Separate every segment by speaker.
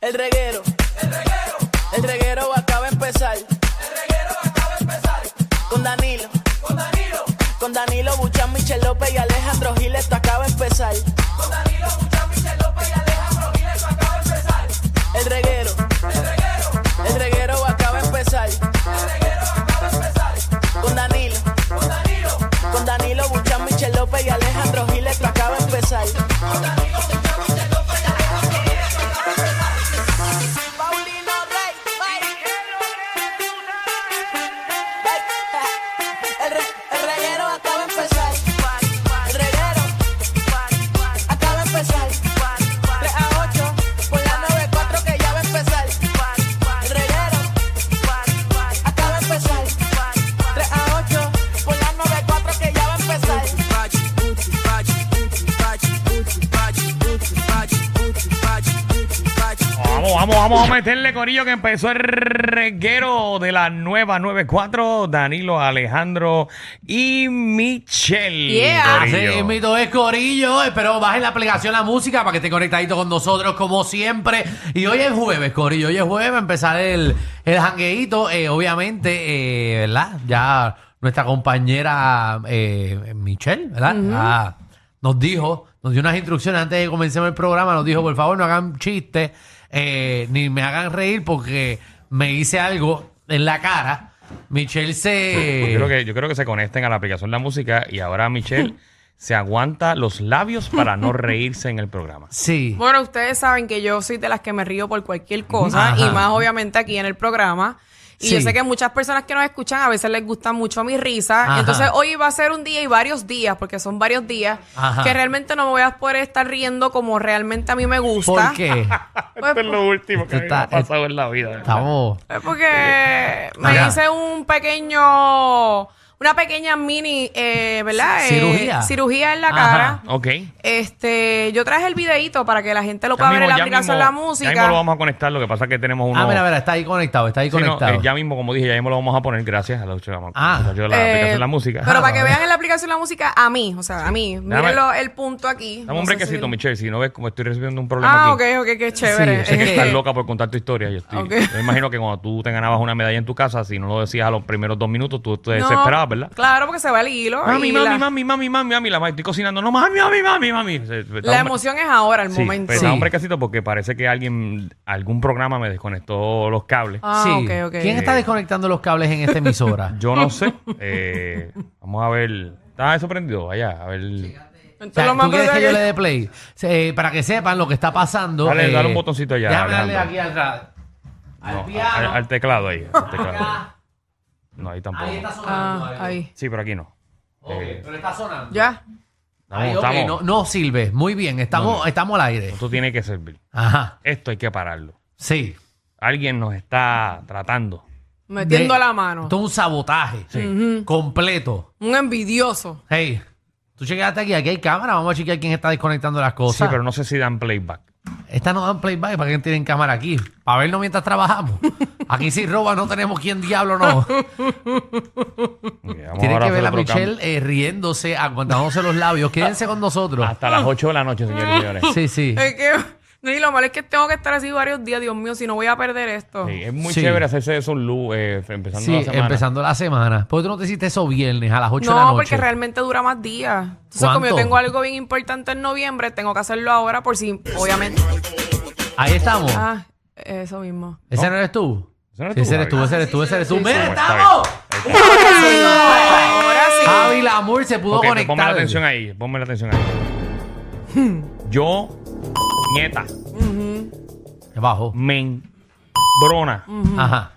Speaker 1: El reguero. El reguero. El reguero acaba de empezar. El reguero acaba de empezar. Con Danilo. Con Danilo. Con Danilo Buchan, Michel López y Alejandro Gil, esto acaba de empezar. Con Danilo Buchan, Michel López y Alejandro Gil, esto acaba de empezar. El reguero. El reguero. El reguero acaba de empezar. El reguero acaba de empezar. Con Danilo. Con Danilo. Con Danilo Buchan, Michel López y Alejandro Gil, esto acaba de empezar. Paulino Rey, El, re- el reguero acaba de empezar. El reguero acaba de empezar. 3 a 8 por la 94 que ya va a empezar. El reguero acaba de empezar. 3 a 8 por la 94 que ya va a empezar.
Speaker 2: Vamos, vamos, vamos a meterle corillo que empezó el reguero de la nueva 94, Danilo, Alejandro y Michelle.
Speaker 3: Yeah.
Speaker 2: corillo.
Speaker 4: Así mito eh, es Corillo. Espero bajen la aplicación la música para que esté conectadito con nosotros como siempre. Y hoy es jueves, Corillo. Hoy es jueves, empezar el, el jangueíto. Eh, obviamente, eh, ¿verdad? Ya nuestra compañera eh, Michelle, ¿verdad? Ah, nos dijo, nos dio unas instrucciones antes de que comencemos el programa. Nos dijo, por favor, no hagan chistes eh, ni me hagan reír porque me hice algo en la cara. Michelle
Speaker 2: Yo creo,
Speaker 4: se...
Speaker 2: que, yo creo que se conecten a la aplicación La Música y ahora Michelle se aguanta los labios para no reírse en el programa.
Speaker 4: Sí.
Speaker 3: Bueno, ustedes saben que yo soy de las que me río por cualquier cosa
Speaker 4: Ajá.
Speaker 3: y más obviamente aquí en el programa. Y yo
Speaker 4: Sí.
Speaker 3: sé que muchas personas que nos escuchan a veces les gusta mucho mi risa.
Speaker 4: Ajá.
Speaker 3: Entonces hoy va a ser un día y varios días, porque son varios días,
Speaker 4: Ajá.
Speaker 3: que realmente no me voy a poder estar riendo como realmente a mí me gusta.
Speaker 4: ¿Por qué?
Speaker 3: Pues,
Speaker 2: Esto es lo último que a mí me ha
Speaker 4: Está-
Speaker 2: pasado en la vida.
Speaker 4: Estamos...
Speaker 3: pues porque me
Speaker 4: Eh, Ajá.
Speaker 3: hice un pequeño, una pequeña mini, eh, ¿verdad? Eh,
Speaker 4: Cirugía.
Speaker 3: cirugía en la
Speaker 4: Ajá.
Speaker 3: cara.
Speaker 2: Ok.
Speaker 3: Este, yo traje el videito para que la gente lo
Speaker 2: Ya
Speaker 3: pueda ver
Speaker 2: mismo-
Speaker 3: en la
Speaker 2: ya
Speaker 3: aplicación
Speaker 2: mismo-
Speaker 3: la
Speaker 2: Ya mismo
Speaker 3: música.
Speaker 2: lo vamos a conectar, lo que pasa es que tenemos uno...
Speaker 4: Ah, mira, mira, está ahí conectado, está ahí
Speaker 2: Sí, no, eh,
Speaker 4: conectado.
Speaker 2: ya mismo, como dije, ya mismo lo vamos a poner gracias a los muchachos
Speaker 4: Ah.
Speaker 2: de la
Speaker 3: Eh,
Speaker 2: aplicación La Música. ¿eh?
Speaker 3: Pero
Speaker 4: Ajá,
Speaker 3: para que
Speaker 4: a ver.
Speaker 3: vean en la aplicación la música, a mí, o sea, a mí.
Speaker 2: Dame-
Speaker 3: Mírenlo el punto aquí.
Speaker 2: Dame un
Speaker 3: No sé
Speaker 2: brequecito,
Speaker 3: si-
Speaker 2: Michelle, si no ves como estoy recibiendo un problema
Speaker 3: Ah,
Speaker 2: aquí.
Speaker 3: ok, ok, qué chévere.
Speaker 4: Sí,
Speaker 2: Sé que
Speaker 4: Eh.
Speaker 2: estás loca por contar tu historia. Yo, estoy,
Speaker 3: Ok.
Speaker 2: yo imagino que cuando tú te ganabas una medalla en tu casa, si no lo decías a los primeros dos minutos, tú te
Speaker 3: No,
Speaker 2: desesperabas, ¿verdad?
Speaker 3: Claro, porque se va el hilo.
Speaker 2: Mami,
Speaker 3: y
Speaker 2: mami,
Speaker 3: la,
Speaker 2: mami, mami, mami, mami, la madre, estoy cocinando. No, mami, mami, mami, mami. Se- se-
Speaker 3: la
Speaker 2: da un-
Speaker 3: emoción es ahora, el
Speaker 2: Sí,
Speaker 3: momento.
Speaker 2: pero da un
Speaker 4: Sí.
Speaker 2: brequecito porque parece que alguien, algún programa me desconectó los cables.
Speaker 3: Ah,
Speaker 4: Sí.
Speaker 3: ok, ok.
Speaker 4: ¿Quién está desconectando los cables en esta emisora?
Speaker 2: Yo no sé. eh, vamos a ver. Estaba sorprendido. Allá, a ver.
Speaker 4: O sea,
Speaker 3: Entonces, lo más
Speaker 4: ¿Tú quieres que
Speaker 3: probable
Speaker 4: yo
Speaker 3: es
Speaker 4: le
Speaker 3: que-
Speaker 4: dé play? Eh, para que sepan lo que está pasando.
Speaker 2: Dale,
Speaker 4: eh,
Speaker 2: dale un botoncito allá,
Speaker 4: Déjame darle aquí
Speaker 2: Alejandro.
Speaker 4: al ra- Al
Speaker 2: No, al,
Speaker 4: piano.
Speaker 2: al teclado ahí. al teclado. No, ahí tampoco.
Speaker 4: Ahí está sonando.
Speaker 3: Ah,
Speaker 4: ahí.
Speaker 3: ahí.
Speaker 2: Sí, pero aquí no.
Speaker 4: Ok, pero está sonando.
Speaker 3: Ya.
Speaker 2: Eh. Estamos-
Speaker 4: Ahí, ok,
Speaker 2: estamos-
Speaker 4: no, no sirve. Muy bien, estamos, estamos al aire.
Speaker 2: Esto tiene que servir.
Speaker 4: Ajá,
Speaker 2: Esto hay que pararlo.
Speaker 4: sí.
Speaker 2: Alguien nos está tratando.
Speaker 3: Metiendo
Speaker 4: De-
Speaker 3: la mano.
Speaker 4: Esto es un sabotaje completo.
Speaker 3: Un envidioso.
Speaker 4: Hey, tú llegaste aquí, aquí hay cámara, vamos a chequear quién está desconectando las
Speaker 2: Sí,
Speaker 4: cosas.
Speaker 2: pero no sé si dan playback.
Speaker 4: Estas no dan playback para que tienen cámara aquí. Para vernos mientras trabajamos. Aquí si roba no tenemos quién diablo no.
Speaker 2: Ok, vamos
Speaker 4: Tienen
Speaker 2: ahora
Speaker 4: que ver
Speaker 2: hacer
Speaker 4: a
Speaker 2: otro
Speaker 4: Michelle
Speaker 2: cambio.
Speaker 4: eh, riéndose, aguantándose los labios. Quédense con nosotros.
Speaker 2: Hasta las 8 de la noche, señores y señores.
Speaker 4: Sí, sí.
Speaker 3: Es que. No, y lo malo es que tengo que estar así varios días, Dios mío, si no voy a perder esto.
Speaker 2: Sí, es muy
Speaker 4: Sí.
Speaker 2: chévere hacerse esos luz eh, empezando
Speaker 4: Sí,
Speaker 2: la semana.
Speaker 4: empezando la semana. ¿Por qué tú no te hiciste eso viernes a las 8 de la
Speaker 3: No,
Speaker 4: noche?
Speaker 3: porque realmente dura más días. Entonces, como yo
Speaker 4: ¿Cuánto?
Speaker 3: tengo algo bien importante en noviembre, tengo que hacerlo ahora por si, obviamente.
Speaker 4: Ahí estamos.
Speaker 3: Ah, eso mismo.
Speaker 4: ¿Ese no eres tú?
Speaker 2: Ese no eres tú,
Speaker 4: Sí, Ese eres tú,
Speaker 2: Javi.
Speaker 4: ese eres tú, ese eres tú. ¡Mira,
Speaker 2: Bueno, está
Speaker 4: estamos!
Speaker 2: bien. Ahí está.
Speaker 3: Ahora sí.
Speaker 4: Javi Lamour se pudo
Speaker 2: Ok, pues ponme la
Speaker 4: conectar.
Speaker 2: atención ahí. Ponme la atención ahí.
Speaker 4: Hmm.
Speaker 2: Yo, nieta,
Speaker 4: Abajo.
Speaker 2: men, brona,
Speaker 4: Ajá.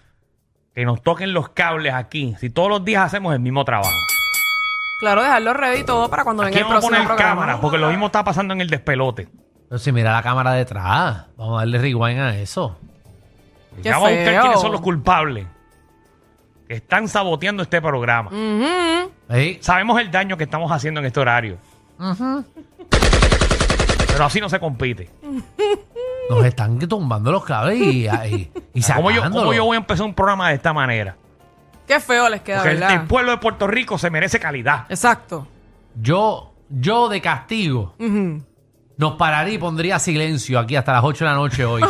Speaker 2: que nos toquen los cables aquí. Si todos los días hacemos el mismo trabajo.
Speaker 3: Claro, dejarlo ready y todo para cuando venga
Speaker 2: Aquí
Speaker 3: el
Speaker 2: vamos a
Speaker 3: próximo
Speaker 2: poner
Speaker 3: programa.
Speaker 2: cámaras porque lo mismo está pasando en el despelote.
Speaker 4: Pero si mira la cámara detrás. Vamos a darle rewind a eso.
Speaker 3: Qué
Speaker 2: Ya vamos a buscar
Speaker 3: feo.
Speaker 2: quiénes son los culpables que están saboteando este programa.
Speaker 3: Ujú.
Speaker 4: Ey,
Speaker 2: Sabemos el daño que estamos haciendo en este horario. Pero así no se compite.
Speaker 4: Nos están tumbando los cables y, y,
Speaker 2: ¿Cómo
Speaker 4: y
Speaker 2: Ah, yo, cómo
Speaker 4: sacándolos.
Speaker 2: yo voy a empezar un programa de esta manera?
Speaker 3: Qué feo les queda,
Speaker 2: Porque el,
Speaker 3: ¿verdad?
Speaker 2: el pueblo de Puerto Rico se merece calidad.
Speaker 3: Exacto.
Speaker 4: Yo, yo de castigo
Speaker 3: Ujú.
Speaker 4: nos pararía y pondría silencio aquí hasta las 8 de la noche hoy.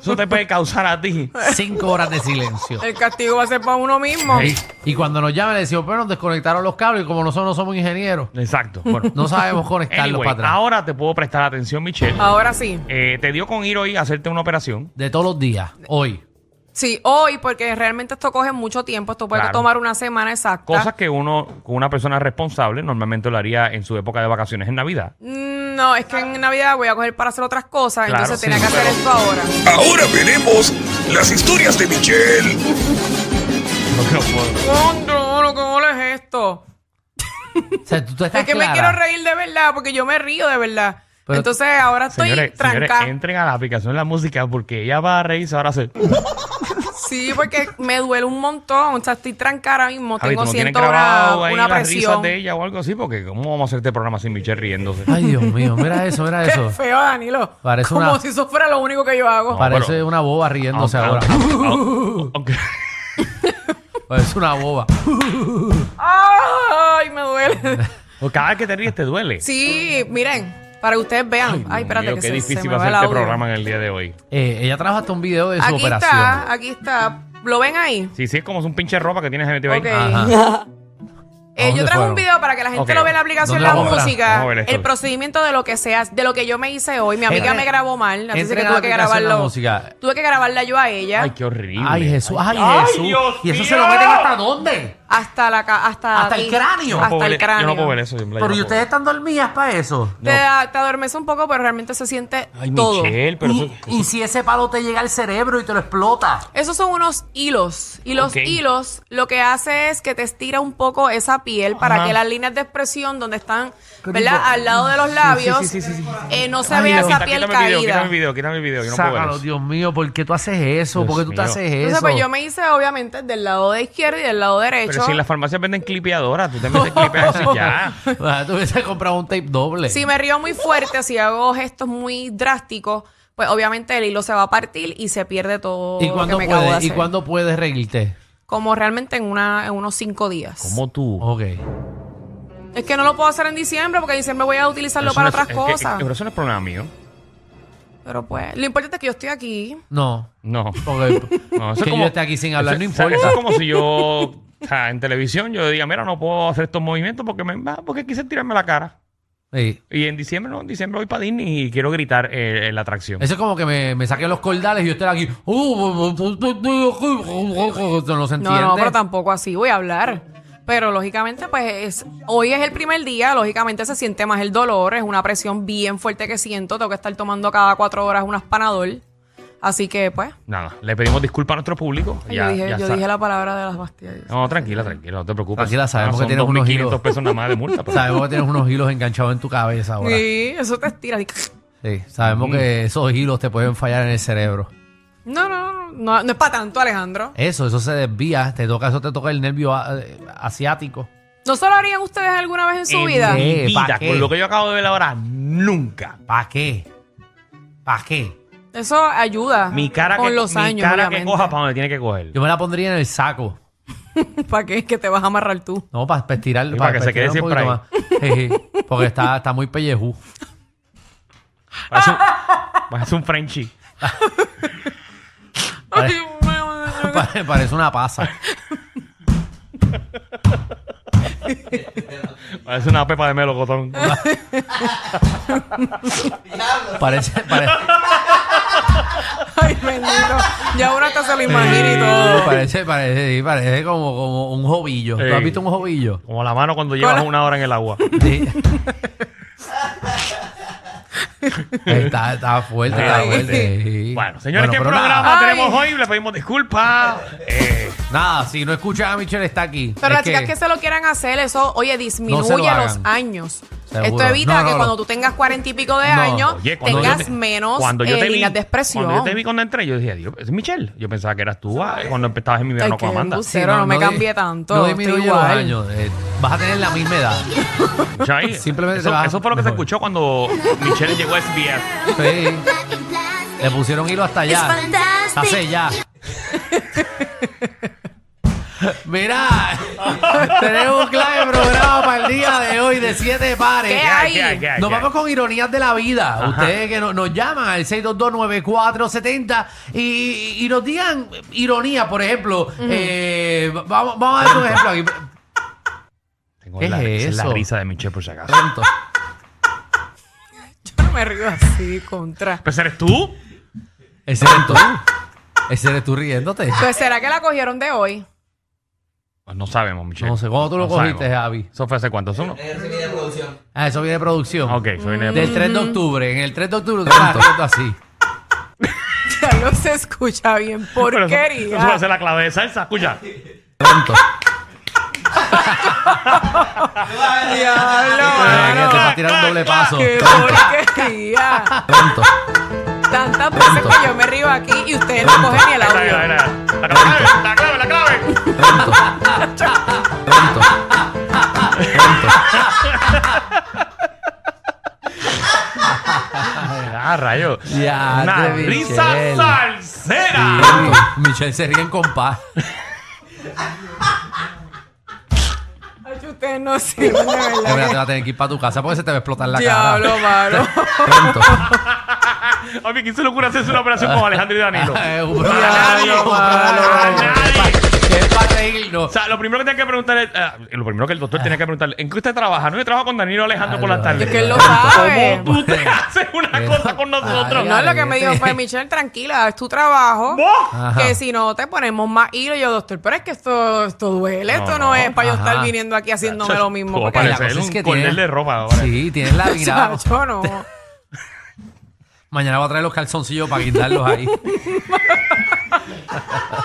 Speaker 2: Eso te puede causar a ti.
Speaker 4: Cinco horas de silencio.
Speaker 3: El castigo va a ser para uno mismo.
Speaker 4: Ey, Y cuando nos llaman, le decimos, pero nos desconectaron los cables y como nosotros no somos ingenieros,
Speaker 2: Exacto. Bueno,
Speaker 4: no sabemos conectarlos
Speaker 2: anyway,
Speaker 4: para atrás.
Speaker 2: ahora te puedo prestar atención, Michelle.
Speaker 3: Ahora sí.
Speaker 2: Eh, te dio con ir hoy a hacerte una operación.
Speaker 4: De todos los días, hoy.
Speaker 3: Sí, hoy, porque realmente esto coge mucho tiempo. Esto puede
Speaker 2: Claro.
Speaker 3: tomar una semana exacta.
Speaker 2: Cosas que uno, con una persona responsable, normalmente lo haría en su época de vacaciones en Navidad.
Speaker 3: Mm, No, es que en Navidad voy a coger para hacer otras cosas,
Speaker 2: Claro,
Speaker 3: entonces
Speaker 2: sí,
Speaker 3: tenía que
Speaker 2: pero-
Speaker 3: hacer esto ahora.
Speaker 5: Ahora veremos las historias de Michelle.
Speaker 2: No te lo puedo-
Speaker 3: Contra, lo que huele es esto.
Speaker 4: O sea, tú, tú estás
Speaker 3: Es que
Speaker 4: clara.
Speaker 3: me quiero reír de verdad, porque yo me río de verdad.
Speaker 4: Pero-
Speaker 3: entonces ahora estoy
Speaker 2: Señores, señores,
Speaker 3: trancada.
Speaker 2: entren a la aplicación de la música porque ella va a reírse ahora. Se...
Speaker 3: Sí, porque me duele un montón. O sea, estoy trancada ahora mismo.
Speaker 2: Javi,
Speaker 3: Tengo
Speaker 2: tú no tienes
Speaker 3: siento una,
Speaker 2: grabado ahí
Speaker 3: una
Speaker 2: las risas
Speaker 3: presión.
Speaker 2: de ella o algo así, porque ¿cómo vamos a hacer este programa sin Michelle riéndose?
Speaker 4: Ay, Dios mío, mira eso, mira
Speaker 3: Qué
Speaker 4: eso.
Speaker 3: feo, Danilo.
Speaker 4: Parece
Speaker 3: Como
Speaker 4: una-
Speaker 3: si eso fuera lo único que yo hago.
Speaker 2: No,
Speaker 4: Parece
Speaker 2: pero-
Speaker 4: una boba riéndose
Speaker 2: Ah,
Speaker 4: ahora.
Speaker 2: Aunque- aunque-
Speaker 4: Parece una boba.
Speaker 3: Ay, me duele.
Speaker 2: aunque cada vez que te ríes te duele.
Speaker 3: Sí, miren, para que ustedes vean. Ay, espérate,
Speaker 2: Dios mío,
Speaker 3: que
Speaker 2: qué
Speaker 3: se,
Speaker 2: difícil
Speaker 3: se
Speaker 2: va
Speaker 3: me
Speaker 2: a
Speaker 3: va
Speaker 2: ser
Speaker 3: el
Speaker 2: este
Speaker 3: audio.
Speaker 2: programa en el día de hoy.
Speaker 4: Eh, ella trajo hasta un video de su
Speaker 3: Aquí
Speaker 4: operación.
Speaker 3: está, aquí está. ¿Lo ven ahí?
Speaker 2: Sí, sí, es como un pinche ropa que tienes metido ahí.
Speaker 3: Ok.
Speaker 4: Ajá.
Speaker 3: Eh,
Speaker 4: ¿Dónde
Speaker 3: yo traje
Speaker 4: fueron?
Speaker 3: un video para que la gente
Speaker 2: Ok.
Speaker 3: lo vea en la aplicación
Speaker 4: ¿Dónde
Speaker 3: La
Speaker 4: lo compras?
Speaker 3: Música.
Speaker 2: Vamos a ver esto.
Speaker 3: El procedimiento de lo que sea, de lo que yo me hice hoy. Mi amiga
Speaker 4: Entra-
Speaker 3: me grabó mal, así
Speaker 4: entra
Speaker 3: que
Speaker 4: en la
Speaker 3: tuve que
Speaker 4: aplicación La
Speaker 3: grabarlo.
Speaker 4: Música.
Speaker 3: Tuve que grabarla yo a ella.
Speaker 2: Ay, qué horrible.
Speaker 4: Ay, Jesús, ay,
Speaker 2: Ay,
Speaker 4: Jesús.
Speaker 2: Dios
Speaker 4: ¿Y eso
Speaker 2: mío.
Speaker 4: se lo meten hasta dónde?
Speaker 3: Hasta la ca- hasta,
Speaker 4: Hasta el
Speaker 3: aquí.
Speaker 4: cráneo.
Speaker 2: Yo no,
Speaker 3: Hasta
Speaker 2: puedo ver,
Speaker 3: el cráneo.
Speaker 2: yo no puedo ver eso. yo no
Speaker 4: Pero
Speaker 2: puedo
Speaker 4: ¿y
Speaker 2: ver.
Speaker 4: ustedes están dormidas para eso?
Speaker 3: Te, da- te adormece un poco, pero realmente se siente
Speaker 2: Ay,
Speaker 3: todo.
Speaker 2: Michelle, pero
Speaker 4: ¿Y,
Speaker 2: eso-
Speaker 4: y si ese palo te llega al cerebro y te lo explota?
Speaker 3: Esos son unos hilos. Y los
Speaker 2: Ok.
Speaker 3: hilos lo que hace es que te estira un poco esa piel para
Speaker 2: Ajá.
Speaker 3: que las líneas de expresión donde están,
Speaker 4: Qué
Speaker 3: ¿verdad?
Speaker 4: rico.
Speaker 3: Al lado de los labios, eh, no se
Speaker 4: Ay,
Speaker 3: vea
Speaker 4: Dios.
Speaker 3: esa
Speaker 2: Quita- quítame
Speaker 3: piel
Speaker 2: el video,
Speaker 3: caída.
Speaker 2: quítame el video, quítame el video. Yo no puedo ver
Speaker 4: Sácalo,
Speaker 2: eso.
Speaker 4: Dios mío, ¿por qué tú haces eso? ¿Por qué
Speaker 2: Dios
Speaker 4: tú te
Speaker 2: mío.
Speaker 4: haces
Speaker 3: Entonces,
Speaker 4: eso?
Speaker 3: pues yo me hice obviamente del lado de izquierdo y del lado derecho.
Speaker 2: Pero si en las farmacias venden clipeadoras, tú te metes clipeas eso y ya.
Speaker 4: Ah, tú hubieses comprado un tape doble.
Speaker 3: Si me río muy fuerte, si hago gestos muy drásticos, pues obviamente el hilo se va a partir y se pierde todo
Speaker 4: ¿Y
Speaker 3: lo que
Speaker 4: cuándo
Speaker 3: me acabo de
Speaker 4: puedes, ¿Y
Speaker 3: hacer.
Speaker 4: cuándo puedes reírte?
Speaker 3: Como realmente en, una, en unos cinco días.
Speaker 2: Como tú.
Speaker 4: Ok.
Speaker 3: Es que no lo puedo hacer en diciembre porque en diciembre voy a utilizarlo
Speaker 2: Pero eso
Speaker 3: para
Speaker 2: no
Speaker 3: otras
Speaker 2: es- es que-
Speaker 3: cosas.
Speaker 2: Pero eso no es problema mío.
Speaker 3: Pero pues, lo importante es que yo estoy aquí.
Speaker 4: No.
Speaker 2: No.
Speaker 4: Porque
Speaker 2: No, eso
Speaker 4: que
Speaker 2: es como-
Speaker 4: yo esté aquí sin hablar no
Speaker 2: eso- eso- Eso
Speaker 4: importa.
Speaker 2: es como si yo, o sea, en televisión, yo diga, mira, no puedo hacer estos movimientos porque me ah, porque quise tirarme la cara.
Speaker 4: Sí.
Speaker 2: Y en diciembre, no, en diciembre voy para Disney y quiero gritar eh, en la atracción.
Speaker 4: Eso es como que me, me saquen los cordales y yo esté aquí. uh, No se
Speaker 3: No,
Speaker 4: entiende.
Speaker 3: no, pero tampoco así voy a hablar. Pero lógicamente, pues es- hoy es el primer día, lógicamente se siente más el dolor, es una presión bien fuerte que siento, tengo que estar tomando cada cuatro horas un aspanador. Así que, pues,
Speaker 2: Nada, le pedimos disculpas a nuestro público.
Speaker 3: ay,
Speaker 2: Ya-
Speaker 3: yo, dije,
Speaker 2: ya
Speaker 3: yo
Speaker 2: sa-
Speaker 3: dije la palabra de las pastillas.
Speaker 2: No, tranquila, tranquila, no te preocupes. Ah,
Speaker 4: Tranquila, sabemos
Speaker 2: son
Speaker 4: que tienes unos
Speaker 2: 2.500
Speaker 4: hilos.
Speaker 2: pesos nada más de multa. pues. pero-
Speaker 4: Pues Sabemos que tienes unos hilos enganchados en tu cabeza ahora. Sí.
Speaker 3: Sí, eso te estira. así.
Speaker 4: Sabemos que esos hilos te pueden fallar en el cerebro.
Speaker 3: No, no, no, no, no es para tanto, Alejandro.
Speaker 4: Eso, eso se desvía. Te toca, eso te toca el nervio a- eh, asiático.
Speaker 3: ¿No se lo harían ustedes alguna vez en su
Speaker 2: En
Speaker 3: vida?
Speaker 2: mi
Speaker 4: Eh, ¿pa'
Speaker 2: vida,
Speaker 4: qué?
Speaker 2: con lo que yo acabo de ver ahora, nunca.
Speaker 4: ¿Para qué? ¿Para qué?
Speaker 3: Eso ayuda
Speaker 2: Mi cara,
Speaker 3: con
Speaker 2: que,
Speaker 3: los
Speaker 2: mi
Speaker 3: años.
Speaker 2: cara que
Speaker 3: obviamente.
Speaker 2: coja para donde tiene que coger.
Speaker 4: Yo me la pondría en el saco.
Speaker 3: ¿Para qué? Que te vas a amarrar tú.
Speaker 4: No, para estirar.
Speaker 2: Sí, para que se
Speaker 4: estirar
Speaker 2: quede
Speaker 4: un poquito más. Sí, sí, Porque está, está muy pellejú.
Speaker 2: Parece un, parece un Frenchie.
Speaker 3: Ay,
Speaker 4: Pare-
Speaker 3: Dios mío, Dios mío.
Speaker 4: pare- Parece una pasa.
Speaker 2: Parece una pepa de melocotón.
Speaker 4: Parece, parece,
Speaker 3: Ay, bendito. Ya uno hasta se lo imagina y
Speaker 4: Sí,
Speaker 3: todo.
Speaker 4: parece, parece, sí, parece como, como un jovillo. ¿Tú has
Speaker 2: Sí.
Speaker 4: visto un jovillo?
Speaker 2: Como la mano cuando llevas
Speaker 3: Hola.
Speaker 2: una hora en el agua.
Speaker 4: Sí. está, está fuerte, está
Speaker 2: Ay.
Speaker 4: fuerte. sí.
Speaker 2: Bueno, señores, ¿qué
Speaker 4: pero
Speaker 2: programa
Speaker 4: Nada,
Speaker 3: nada.
Speaker 2: tenemos hoy? Le pedimos disculpas. Eh,
Speaker 4: nada, si no escuchas a Michelle, está aquí.
Speaker 3: Pero
Speaker 4: Es
Speaker 3: las chicas que se lo quieran hacer, eso, oye, disminuye
Speaker 4: hagan.
Speaker 3: los años.
Speaker 4: Seguro.
Speaker 3: Esto evita
Speaker 4: No, no,
Speaker 3: que
Speaker 4: no.
Speaker 3: cuando tú tengas cuarenta y pico de
Speaker 4: No.
Speaker 3: años,
Speaker 2: oye, cuando yo
Speaker 3: tengas
Speaker 2: te-
Speaker 3: menos
Speaker 2: cuando yo
Speaker 3: eh,
Speaker 2: te vi-
Speaker 3: líneas de expresión.
Speaker 2: Cuando yo te vi cuando entré, yo decía, Dios, es Michelle. Yo pensaba que eras tú ah, cuando estabas en mi verano
Speaker 3: Ay, qué
Speaker 2: con Amanda.
Speaker 3: embustero. Pero no me
Speaker 4: di-
Speaker 3: cambié tanto,
Speaker 4: No
Speaker 3: estoy
Speaker 4: disminuye los
Speaker 3: igual.
Speaker 4: años. eh, vas a tener la misma edad.
Speaker 2: Escucha ahí.
Speaker 4: Simplemente te
Speaker 2: eso,
Speaker 4: vas
Speaker 2: eso fue lo que se
Speaker 4: mejor.
Speaker 2: escuchó cuando Michelle llegó a SBS.
Speaker 4: Sí. Le pusieron hilo hasta allá.
Speaker 6: fantastic.
Speaker 4: Hace ya. Mira, tenemos un clave programa para el día de hoy de siete pares.
Speaker 3: ¿Qué hay?
Speaker 2: qué hay,
Speaker 4: Nos
Speaker 2: qué hay?
Speaker 4: vamos con ironías de la vida. Ustedes que no- nos llaman al 6229470 y, y nos digan ironía, por ejemplo. eh, vamos, vamos a dar un ejemplo aquí.
Speaker 2: Tengo
Speaker 4: ¿Qué
Speaker 2: la,
Speaker 4: es
Speaker 2: esa es la
Speaker 4: eso?
Speaker 2: risa de Michelle por si acaso.
Speaker 4: Pronto.
Speaker 3: Yo no me río así, contra.
Speaker 2: ¿Pues eres tú?
Speaker 4: Ese eres tú. Ese eres tú riéndote.
Speaker 3: Pues será que la cogieron de hoy.
Speaker 2: Pues no sabemos, Michelle.
Speaker 4: No sé, ¿cuándo tú lo
Speaker 2: No
Speaker 4: cogiste,
Speaker 2: sabemos.
Speaker 4: Javi? Eh,
Speaker 2: ¿Eso fue hace cuánto? ¿Eso no?
Speaker 4: Ah, eso viene de producción.
Speaker 2: Ah, Ok, soy una
Speaker 4: Del 3 de octubre. En el 3 de octubre tú estás riendo así.
Speaker 3: Ya lo se escucha bien,
Speaker 2: Pero eso- Eso va a
Speaker 3: porquería.
Speaker 2: ser la clave de salsa, escucha.
Speaker 4: Pronto.
Speaker 3: Diablo,
Speaker 4: Ah, que
Speaker 3: mano.
Speaker 4: te va a tirar un doble paso.
Speaker 3: ¡Qué porquería!
Speaker 4: Pronto.
Speaker 3: Tantas veces que yo me río aquí y ustedes no cogen ni el
Speaker 2: Ahí está, ahí
Speaker 3: audio.
Speaker 2: está, ahí está. La clave, la clave, la clave.
Speaker 4: Pronto.
Speaker 2: Ah, rayo.
Speaker 4: Ya,
Speaker 2: Una
Speaker 4: te vi,
Speaker 2: risa
Speaker 4: Michelle.
Speaker 2: salsera.
Speaker 4: Pronto. Michelle se ríe en compás.
Speaker 3: Ay, ustedes no sirven de
Speaker 4: De verdad,
Speaker 3: verdad.
Speaker 4: te vas a tener que ir para tu casa porque se te va a explotar la cara.
Speaker 3: Diablo, mano.
Speaker 4: Pronto.
Speaker 2: Oye, ¿quién se le ocurre hacerse una operación con Alejandro y Danilo?
Speaker 4: Eh,
Speaker 2: A
Speaker 4: un-
Speaker 2: nadie,
Speaker 4: Diablo,
Speaker 2: a nadie.
Speaker 4: Qué para reírnos.
Speaker 2: O sea, lo primero que tenía que preguntar es, ah, lo primero que el doctor tenía que preguntarle, ¿en qué usted trabaja? No, yo trabajo con Danilo Alejandro por las
Speaker 3: Es
Speaker 2: tardes.
Speaker 3: que él lo
Speaker 2: ¿Cómo
Speaker 3: sabe.
Speaker 2: tú te haces una cosa con nosotros?
Speaker 3: No, lo que me dijo fue, Michelle, tranquila, es tu trabajo.
Speaker 2: ¡Vos!
Speaker 4: Ajá.
Speaker 3: Que si no te ponemos más hilo, yo, doctor, pero es que esto, esto duele, esto no,
Speaker 2: no,
Speaker 3: es para yo
Speaker 4: ajá.
Speaker 3: estar viniendo aquí haciéndome lo mismo.
Speaker 2: Tú vas a
Speaker 3: porque-
Speaker 4: la
Speaker 2: parecer
Speaker 4: cosa es
Speaker 2: un
Speaker 4: que
Speaker 2: cordel
Speaker 4: tiene-
Speaker 2: de ropa ahora.
Speaker 4: Sí, tienes la mirada.
Speaker 3: Chacho, no.
Speaker 4: Mañana voy a traer los calzoncillos para guindarlos ahí.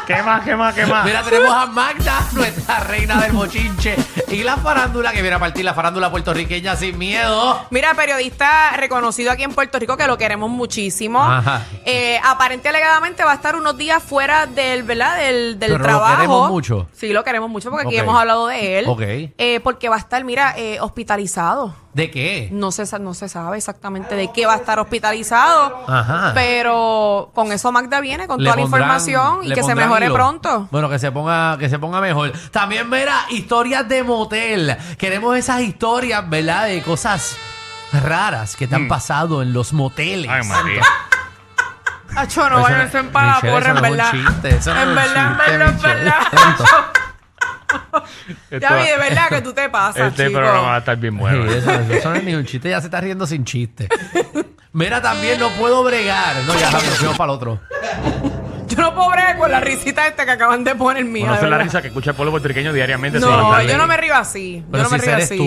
Speaker 2: ¿Qué más, qué más, qué más?
Speaker 3: Ah.
Speaker 4: Mira, tenemos a Magda, nuestra reina del bochinche. Y la farándula que viene a partir, la farándula puertorriqueña sin miedo.
Speaker 3: Mira, periodista reconocido aquí en Puerto Rico que lo queremos muchísimo.
Speaker 4: Ajá.
Speaker 3: Eh, aparente alegadamente va a estar unos días fuera del, ¿verdad? Del, del
Speaker 4: Pero lo
Speaker 3: trabajo.
Speaker 4: queremos mucho.
Speaker 3: Sí, lo queremos mucho porque aquí
Speaker 4: Ok.
Speaker 3: hemos hablado de él.
Speaker 4: Ok.
Speaker 3: Eh, porque va a estar, mira, eh, hospitalizado.
Speaker 4: ¿De qué?
Speaker 3: No se, sa- no se sabe exactamente de qué va a estar hospitalizado.
Speaker 4: Ajá.
Speaker 3: Pero con eso Magda viene, con
Speaker 4: Le
Speaker 3: toda la
Speaker 4: pondrán-
Speaker 3: información y
Speaker 4: le
Speaker 3: que se
Speaker 4: pondrán
Speaker 3: mejore
Speaker 4: hilo.
Speaker 3: pronto.
Speaker 4: Bueno, que se ponga, que se ponga mejor. También verá historias de motel. Queremos esas historias, ¿verdad? De cosas raras que te han pasado en los moteles.
Speaker 2: Mm. Ay, María.
Speaker 3: Acho, no
Speaker 4: Eso
Speaker 3: vayan
Speaker 4: no-
Speaker 3: a ser para
Speaker 4: Michelle,
Speaker 3: porra,
Speaker 4: eso
Speaker 3: en
Speaker 4: no es un
Speaker 3: verdad.
Speaker 4: chiste, eso no es
Speaker 3: En
Speaker 4: un
Speaker 3: verdad, en
Speaker 4: chiste,
Speaker 3: verdad, en
Speaker 4: Michelle.
Speaker 3: verdad.
Speaker 4: Pronto.
Speaker 2: Esto
Speaker 3: Ya
Speaker 2: va-
Speaker 3: vi, de verdad que tú te pasas,
Speaker 2: Este
Speaker 3: chico.
Speaker 2: programa va a estar bien bueno. ¿eh?
Speaker 4: Sí, eso, eso no es ni un chiste, ya se está riendo sin chiste. Mira, también no puedo bregar. No, ya Javi, nos fuimos para el otro.
Speaker 3: Yo no puedo bregar con la risita esta que acaban de poner mía.
Speaker 2: Bueno, esa
Speaker 3: de
Speaker 2: es la
Speaker 3: verdad.
Speaker 2: risa que escucha el pueblo puertorriqueño diariamente. todas las
Speaker 3: No,
Speaker 2: tardes.
Speaker 3: yo no me río así.
Speaker 4: Pero
Speaker 3: yo no
Speaker 4: si
Speaker 3: me
Speaker 4: ese
Speaker 3: río
Speaker 4: eres
Speaker 3: así.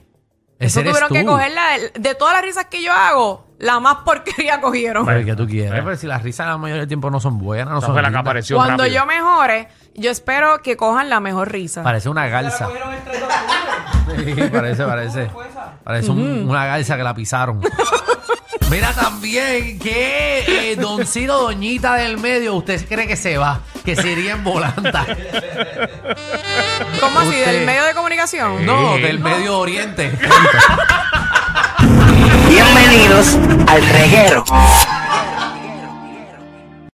Speaker 4: tú. Ese
Speaker 3: Eso
Speaker 4: eres
Speaker 3: tuvieron que
Speaker 4: tú.
Speaker 3: cogerla. de- De todas las risas que yo hago, la más porquería cogieron.
Speaker 4: Pero que tú quieres.
Speaker 2: Bueno.
Speaker 4: Pero si las risas la mayoría del tiempo no son buenas, no
Speaker 2: Esa
Speaker 4: son
Speaker 2: fue la que
Speaker 4: lindas.
Speaker 2: apareció
Speaker 3: Cuando
Speaker 2: rápido.
Speaker 3: yo mejore, yo espero que cojan la mejor risa.
Speaker 4: Parece una galsa. Sí, parece, parece. Parece un- una galsa que la pisaron. Mira también que eh, Don Ciro, Doñita del Medio, ¿usted cree que se va? Que se iría en volanta.
Speaker 3: ¿Cómo así?
Speaker 4: usted- Eh,
Speaker 3: ¿Del medio de comunicación?
Speaker 4: No, del Medio Oriente.
Speaker 6: Bienvenidos al reguero.